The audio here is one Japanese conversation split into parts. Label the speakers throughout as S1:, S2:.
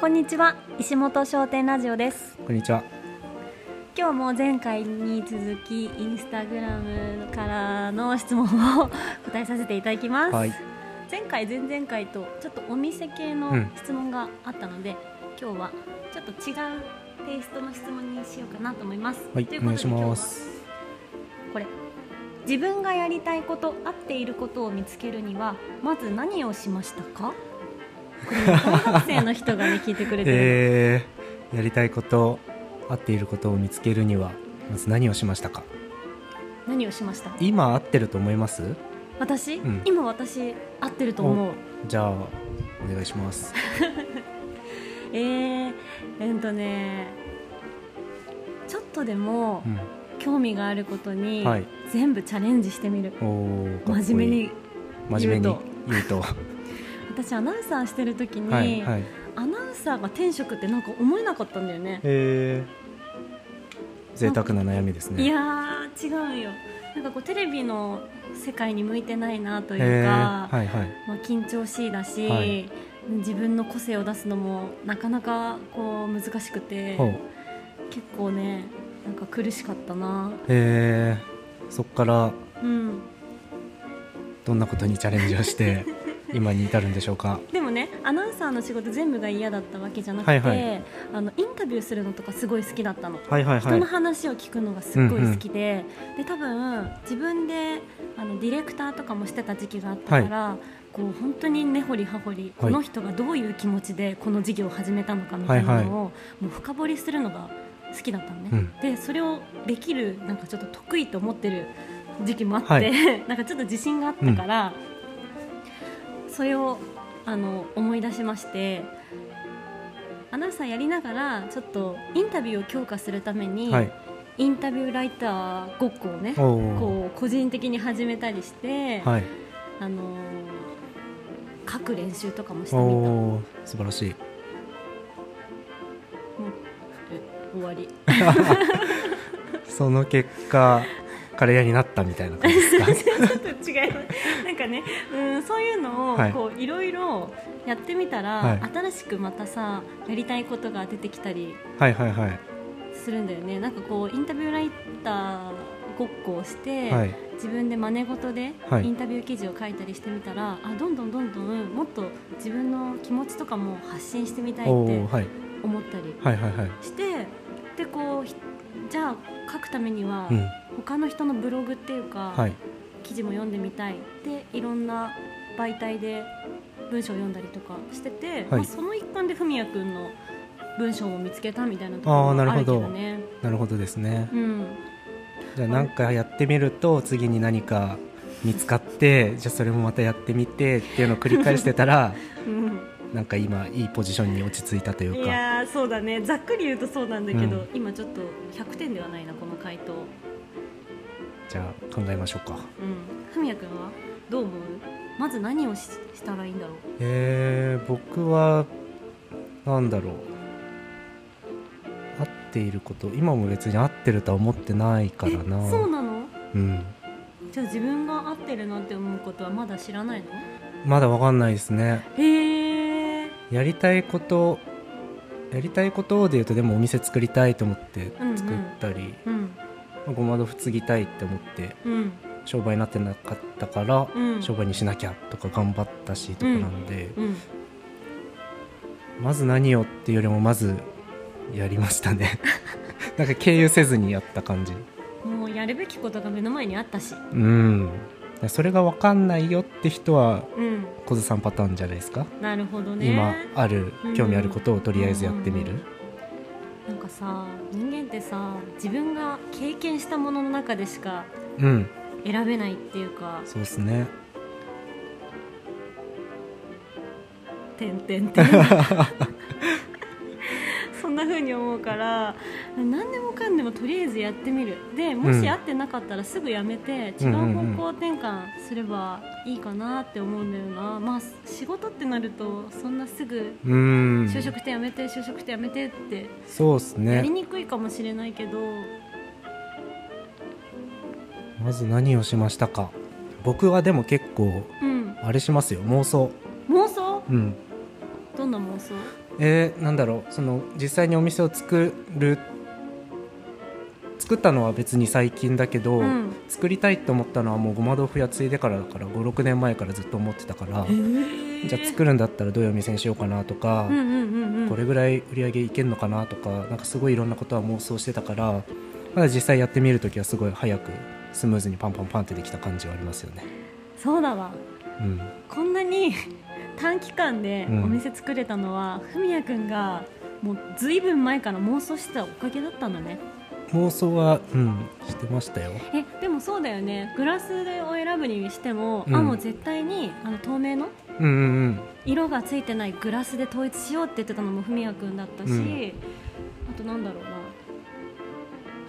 S1: こんにちは石本商店ラジオです
S2: こんにちは。
S1: 今日も前回に続きインスタグラムからの質問を答えさせていただきます、
S2: はい
S1: 前回前々回とちょっとお店系の
S2: うん
S1: 質問があったので、今日はちょっと違うテイストの質問にしようかなと思います
S2: はい
S1: と、う
S2: お
S1: こ
S2: 願
S1: と
S2: い
S1: で
S2: します。
S1: これ自分がやりたいこと合っていることを見つけるにはまず何をしましたかこれ大学生の人がね聞いてくれてる、
S2: えー、やりたいこと、合っていることを見つけるには、まず何をしましたか。
S1: 何をしました
S2: 今合ってると思います。
S1: 私、
S2: うん
S1: 今私合ってると思う
S2: じゃあ、お願いします。
S1: えー、えーっとねちょっとでも
S2: うん、
S1: 興味があることに
S2: はい
S1: 全部チャレンジしてみる、
S2: おお、かっこいい
S1: 真面目に。
S2: 真面目に言 うと。
S1: 私アナウンサーしてる時に、
S2: はい、はい。
S1: アナウンサーが転職ってなんか思えなかったんだよね
S2: えー、贅沢な悩みですね。
S1: いやー違うよなんかこうテレビの世界に向いてないなと
S2: え
S1: いうか、
S2: ー、はい、はい。
S1: まあ、緊張しいだし、
S2: はい
S1: 自分の個性を出すのもなかなかこう難しくて
S2: ほう。
S1: 結構ねなんか苦しかったな
S2: えー、そこから、
S1: うん
S2: どんなことにチャレンジを して、今に至るんでしょうか。
S1: でもねアナウンサーの仕事全部が嫌だったわけじゃなくて、
S2: はいはい
S1: あのインタビューするのとかすごい好きだったの、
S2: はい、はい、
S1: 人の話を聞くのがすっごい好きで,、で多分自分であのディレクターとかもしてた時期があったから、こう本当に根掘り葉掘り、この人がどういう気持ちでこの事業を始めたのかみたいなのを、
S2: はいはい
S1: もう深掘りするのが好きだったのね、
S2: うん
S1: でそれをできるなんかちょっと得意と思ってる時期もあって、
S2: は
S1: なんかちょっと自信があったから、それをあの思い出しましてアナウンサーやりながらちょっとインタビューを強化するために、
S2: はい。
S1: インタビューライターごっこをね
S2: おお。
S1: こう個人的に始めたりして、
S2: はい。
S1: あのー書く練習とかもして
S2: お
S1: みたもう
S2: おー、素晴らしい。
S1: え終 わり
S2: その結果、カレー屋になったみたいな感じ ですか。
S1: ちょっと違いますなんかねうんそういうのを
S2: はい
S1: こういろいろやってみたら、
S2: はい
S1: 新しくまたさやりたいことが出てきたり
S2: はいはいはい。
S1: するんだよねなんかこうインタビューライターごっこをして、
S2: はい。
S1: 自分で真似事で
S2: はい
S1: インタビュー記事を書いたりしてみたら、あどんどんどんどんもっと自分の気持ちとかも発信してみたいっ
S2: お
S1: て
S2: お、はい。
S1: 思ったり
S2: はいはいはい。
S1: して、でこうひじゃあ書くためには
S2: うん。
S1: 他の人のブログっていうか、
S2: はい。
S1: 記事も読んでみたいでいろんな媒体で文章を読んだりとかしてて、まあ、その一環で文也君の文章を見つけたみたいなところ
S2: あー
S1: も
S2: なる
S1: ある
S2: ほ
S1: け
S2: ど
S1: どね。
S2: なるほどですね。
S1: うん
S2: じゃあ何回やってみると、次に何か見つかって、じゃあそれもまたやってみてっていうのを繰り返してた ら、
S1: うん
S2: なんか今、いいポジションに落ち着いたという
S1: い
S2: か。
S1: やーそうだねざっくり言うとそうなんだけど、
S2: うん
S1: 今ちょっと100点ではないなこの回答う
S2: じゃあ考えましょうか。
S1: ん文也君はどう思うまず何をししたらいいんだろう
S2: えー、僕はなんだろう合っていること今も別に合ってるとは思ってないからな
S1: えそうなの
S2: うん、
S1: じゃあ自分が合ってるなって思うことはまだ知らないの
S2: まだわかんないですね
S1: へえ
S2: やりたいことやりたいことで言うとでもお店作りたいと思って
S1: うんうん
S2: 作ったり、
S1: うん
S2: ごま豆腐継ぎたいって思って
S1: うん
S2: 商売になってなかったから、
S1: うん
S2: 商売にしなきゃとか頑張ったしとかなんで、
S1: うん
S2: まず何をっていうよりもまずやりまし たねなんか経由せずにやった感じ
S1: もうやるべきことが目の前にあったし
S2: うんそれが分かんないよって人は
S1: うん
S2: 小津さんパターンじゃないですか、
S1: なるほどね
S2: 今ある
S1: うん
S2: 興味あることをとりあえずやってみる、
S1: なんかさ人間ってさ自分が経験したものの中でしか
S2: うん
S1: 選べないっていうか
S2: そうですね
S1: てんてんてん そんな風に思うから何でもかんでもとりあえずやってみるでも
S2: うん
S1: し合ってなかったらすぐやめて、
S2: うんうんう
S1: 違
S2: ん
S1: う方向転換すればいいかなって思うんだよな、まあ仕事ってなるとそんなすぐ
S2: うん
S1: 就職してやめて就職してやめてって
S2: そうです
S1: やり
S2: ね
S1: にくいかもしれないけど、
S2: まず何をしましたか僕はでも結構
S1: うん、
S2: あれしますよ妄想
S1: 妄想
S2: うん
S1: どんな妄想
S2: えー、なんだろうその実際にお店を作る作ったのは別に最近だけど、
S1: うん
S2: 作りたいと思ったのはもうごま豆腐やついでからだから56年前からずっと思ってたから、じゃあ作るんだったらどういうお店にしようかなとか、
S1: うんうんうんうん
S2: これぐらい売り上げいけるのかなとかなんかすごいいろんなことは妄想してたからまだ実際やってみるときはすごい早くスムーズにパンパンパンってできた感じはありますよね。
S1: そうだわ
S2: うん、
S1: こんなに 短期間でお
S2: うん
S1: 店作れたのはふみやくんがもうずいぶん前から妄想してたおかげだったんだね
S2: 妄想は、うん、してましたよ。
S1: えでもそうだよねグラスを選ぶにしても、
S2: うん
S1: あもう絶対にあの透明の
S2: うんうんうん
S1: 色がついてないグラスで統一しようって言ってたのも文也君だったし、
S2: うん
S1: あとなんだろうな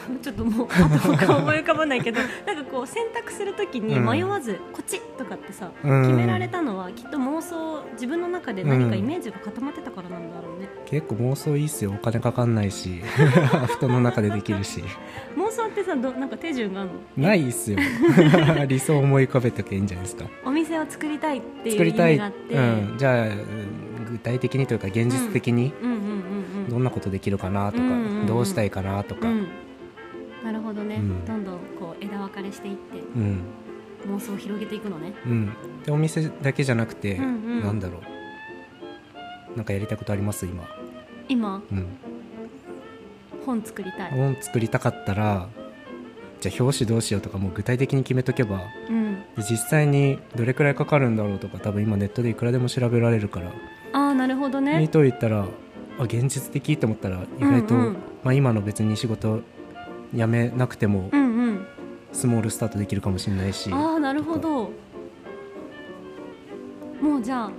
S1: ちょっともうあと他思い浮かばないけどなんかこう選択するときに迷わず、こっちとかってさ、
S2: うん
S1: 決められたのはきっと妄想自分の中で何かイメージが固まってたからなんだろうね、
S2: 結構妄想いいっすよお金かかんないし 布団の中でできるし
S1: 妄想ってさどなんか手順があるの
S2: ないっすよ 理想を思い浮かべときゃいいんじゃないですか
S1: お店を作りたいっていう
S2: 作
S1: 意
S2: りた
S1: 味
S2: い、う
S1: があって、
S2: ん、じゃあうん具体的にというか現実的に
S1: うんうんうんうん
S2: どんなことできるかなとか、
S1: うんうんうん
S2: どうしたいかなとか、
S1: うんなるほどね、
S2: うん
S1: どんどんこう枝分かれしていって
S2: うん
S1: 妄想を広げていくのね
S2: うん、でお店だけじゃなくて、
S1: うんうん
S2: なんだろうなんかやりたいことあります今、
S1: 今
S2: うん、
S1: 本作りたい、
S2: 本作りたかったらじゃあ表紙どうしようとかもう具体的に決めとけば
S1: うん、
S2: で実際にどれくらいかかるんだろうとか多分今ネットでいくらでも調べられるから
S1: ああなるほど
S2: 見
S1: ね
S2: といたらあ現実的と思ったら意外と、
S1: うんうん
S2: まあ、今の別に仕事辞めなくても
S1: うんうん
S2: スモールスタートできるかもしれないし、
S1: ああなるほどもうじゃあ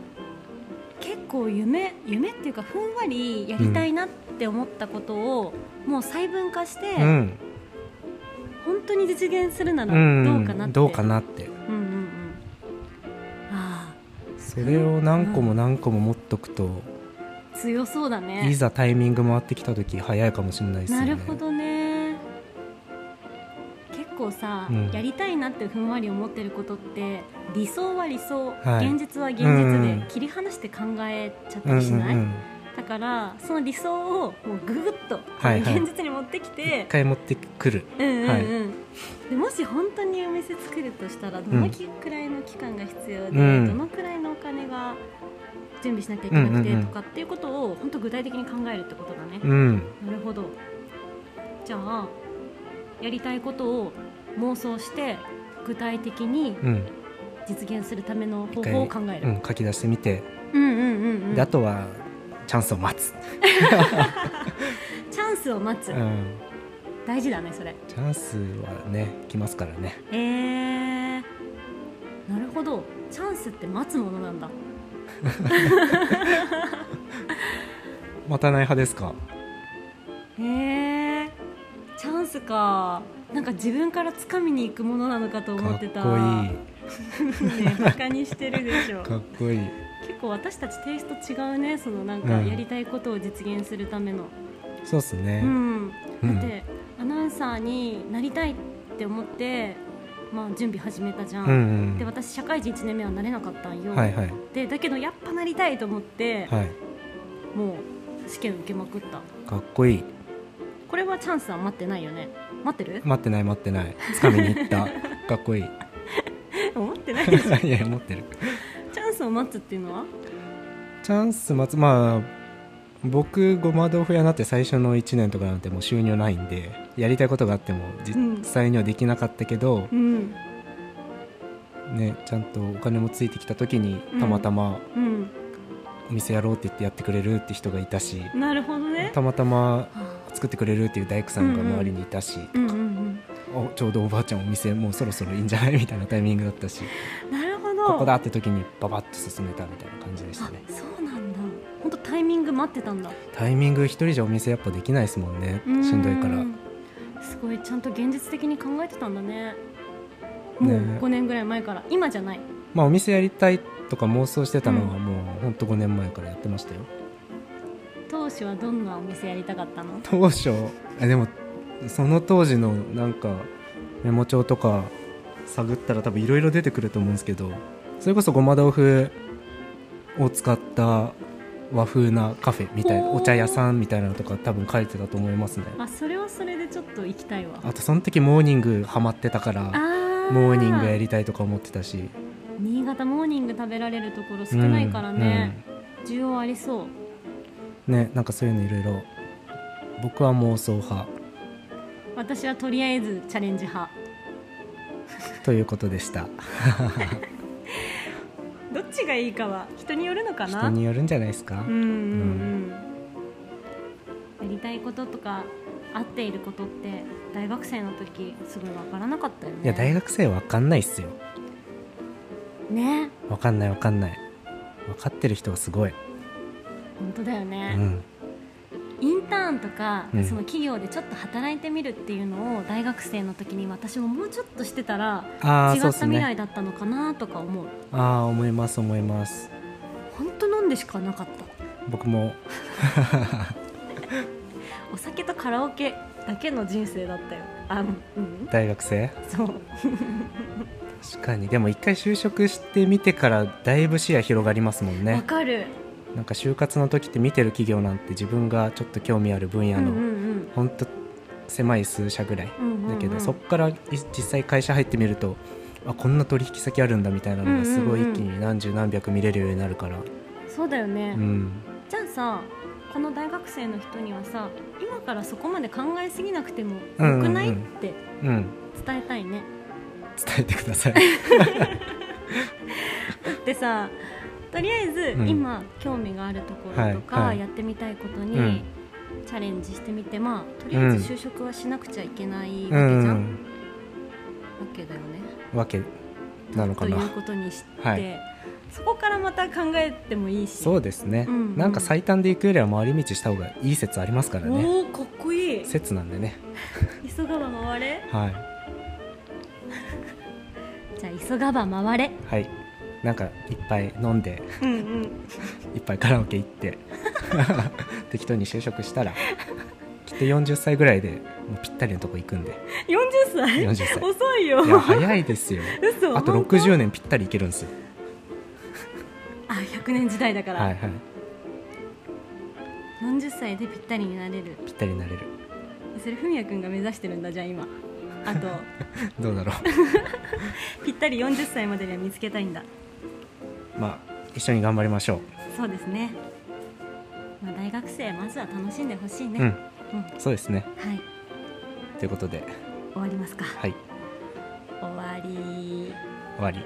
S1: 結構夢夢っていうかふんわりやりたいなって思ったことを、もう細分化して、
S2: うん
S1: 本当に実現するなら
S2: う
S1: ど
S2: ん、
S1: うかなって
S2: どうかなって
S1: うんうんうんあ
S2: それを何個も何個も持っとくと、
S1: あ強そうだね
S2: いざタイミング回ってきた時早いかもしれないですよ
S1: な
S2: ね
S1: るほどね結構さ、
S2: うん
S1: やりたいなってふんわり思ってることって理想は理想、
S2: はい
S1: 現実は現実
S2: うん
S1: で切り離して考えちゃっ
S2: うん
S1: たりしない、
S2: うんうん、
S1: だからその理想をもうぐぐっと、
S2: はいはい
S1: 現実に持ってき
S2: 一
S1: て、
S2: 回持ってくる
S1: うんうんうん
S2: はい
S1: でもし本当にお店作るとしたらどのくらいの期間が必要で、
S2: うん
S1: どのくらいのお金が準備しなきゃいけなく
S2: うんうん
S1: て
S2: うん
S1: とかっていうことを本当具体的に考えるってことだね。
S2: うん
S1: なるほどじゃあやりたいことを妄想して具体的に
S2: うん、
S1: 実現するための方
S2: 一回
S1: 法を考え
S2: う
S1: る、
S2: ん、書き出してみて、
S1: うん、うんうんうん
S2: であとはチャンスを待つ、
S1: チャンスを待つ、
S2: うん、
S1: 大事だねそれ
S2: チャンスはね来ますからね
S1: えー、なるほどチャンスって待つものなんだ
S2: 待たない派ですか
S1: えー、チャンスかなんか自分から掴みに行くものなのかと思
S2: か
S1: っ
S2: って
S1: た
S2: こいい
S1: いい ねバカにしてるでしょ
S2: かっこいい
S1: 結構私たちテイスト違うねそのなんか
S2: うん
S1: やりたいことを実現するための、
S2: そうっす
S1: う
S2: ね、
S1: ん
S2: う
S1: だって、アナウンサーになりたいって思って、まあ、準備始めたじゃん、
S2: うんう
S1: で
S2: ん
S1: 私社会人1年目はなれなかったんよ、
S2: はいはい
S1: でだけどやっぱなりたいと思って、
S2: はい
S1: もう試験受けまくった
S2: かっこいい
S1: これはチャンスは待ってないよね待ってる
S2: 待ってない待ってない掴みに行った かっこいい
S1: 待って ないです
S2: いやいや持ってる
S1: チャンスを待つっていうのは
S2: チャンス待つまあ僕ごま豆腐屋になって最初の1年とかなんてもう収入ないんでやりたいことがあっても実際にはできなかったけど
S1: う、ん
S2: ね、ちゃんとお金もついてきた時に
S1: うん
S2: たまたま
S1: うん
S2: お店やろうって言ってやってくれるって人がいたし、
S1: なるほどね
S2: たまたま
S1: はあ
S2: 作ってくれるっていう大工さんが周りにいたし、
S1: うんうんうん
S2: おちょうどおばあちゃんお店もうそろそろいいんじゃないみたいなタイミングだったし
S1: なるほど
S2: ここだって時にババッと進めたみたいな感じでした
S1: あ
S2: ね
S1: そうなんだ本当タイミング待ってたんだ
S2: タイミング一人じゃお店やっぱできないですもんねしんどいか
S1: う
S2: ら
S1: んすごいちゃんと現実的に考えてたんだねもう
S2: ね
S1: 5年ぐらい前から今じゃない
S2: まあお店やりたいとか妄想してたのはもうほんと5年前からやってましたよ
S1: 当初はどんなお店やりたかったの
S2: 当初えでもその当時のなんかメモ帳とか探ったら多分いろいろ出てくると思うんですけどそれこそごま豆腐を使った和風なカフェみたいなお茶屋さんみたいなのとか多分書いてたと思いますね
S1: あそれはそれでちょっと行きたいわ
S2: あとその時モーニングハマってたから
S1: あー
S2: モーニングやりたいとか思ってたし
S1: 新潟モーニング食べられるところ少ないからね、、需要ありそう
S2: うんねなんかそういうのいろいろ僕は妄想派
S1: 私はとりあえずチャレンジ派
S2: ということでした
S1: どっちがいいかは人によるのかな
S2: 人によるんじゃないですか、
S1: うんうんうん、やりたいこととか合っていることって大学生の時すごい分からなかったよね
S2: いや大学生わかんないっすよ
S1: ね
S2: わかんないわかんない分かってる人はすごい、
S1: 本当だよ
S2: う
S1: ね、
S2: ん、
S1: インターンとか、
S2: うん
S1: その企業でちょっと働いてみるっていうのを大学生の時に私ももうちょっとしてたら
S2: ああ
S1: 違っ
S2: そう
S1: た
S2: っす
S1: 未
S2: ね
S1: 来だったのかなとか思う
S2: ああ思います思います
S1: 本当飲んでしかなかった
S2: 僕も
S1: お酒とカラオケだけの人生だったよあうん
S2: 大学生
S1: そう
S2: 確かにでも一回就職してみてからだいぶ視野広がりますもん
S1: わ、
S2: ね
S1: かる
S2: なんか就活の時って見てる企業なんて自分がちょっと興味ある分
S1: う
S2: 野
S1: んう
S2: の
S1: ん
S2: ほんと狭い数社ぐらい
S1: うんうんうんうん
S2: だけどそこからい実際会社入ってみるとあこんな取引先あるんだみたいなのがすごい一気に何十何百見れるようになるから
S1: そうだよね、
S2: うん
S1: じゃあさこの大学生の人にはさ今からそこまで考えすぎなくてもよくない、
S2: うんうん
S1: っ
S2: うん
S1: て
S2: うん
S1: 伝えたいね
S2: 伝えてください
S1: だってさとりあえず
S2: うん
S1: 今、興味があるところとか、
S2: はいはい
S1: やってみたいことに、
S2: うん
S1: チャレンジしてみてまあとりあえず
S2: う
S1: 就職はしなくちゃいけないわけじ
S2: う
S1: ゃん、わ
S2: ん
S1: けだよね
S2: わけなのか
S1: と
S2: な
S1: いうことにして、
S2: はい
S1: そこからまた考えてもいいし
S2: そうですね、
S1: うんうん
S2: なんか最短で行くよりは回り道した方がいい説ありますからね
S1: おおかっこいい
S2: 説なんでね
S1: 急がば回れ
S2: はい
S1: じゃあ急がば回れ
S2: はいなんかいっぱい飲んで
S1: うん うん
S2: いっぱいカラオケ行って 適当に就職したらきっと40歳ぐらいでもうぴったりのとこ行くんで
S1: 40歳
S2: 40歳
S1: 遅いよ
S2: いや早いですよ
S1: 嘘
S2: あと
S1: 本当
S2: 60年ぴったりいけるんですよ
S1: あ100年時代だから、
S2: はいはい
S1: 40歳でぴったりになれる
S2: ぴったりになれる
S1: それ文也君が目指してるんだじゃあ今あ と
S2: どうだろ
S1: ぴったり40歳までには見つけたいんだ
S2: うまあ一緒に頑張りましょ、
S1: そうですね、まあ、大学生まずは楽しんでほしいうね、
S2: うん
S1: うん
S2: そうですね
S1: はい
S2: ということで
S1: 終わりますか
S2: はい
S1: 終わり
S2: 終わり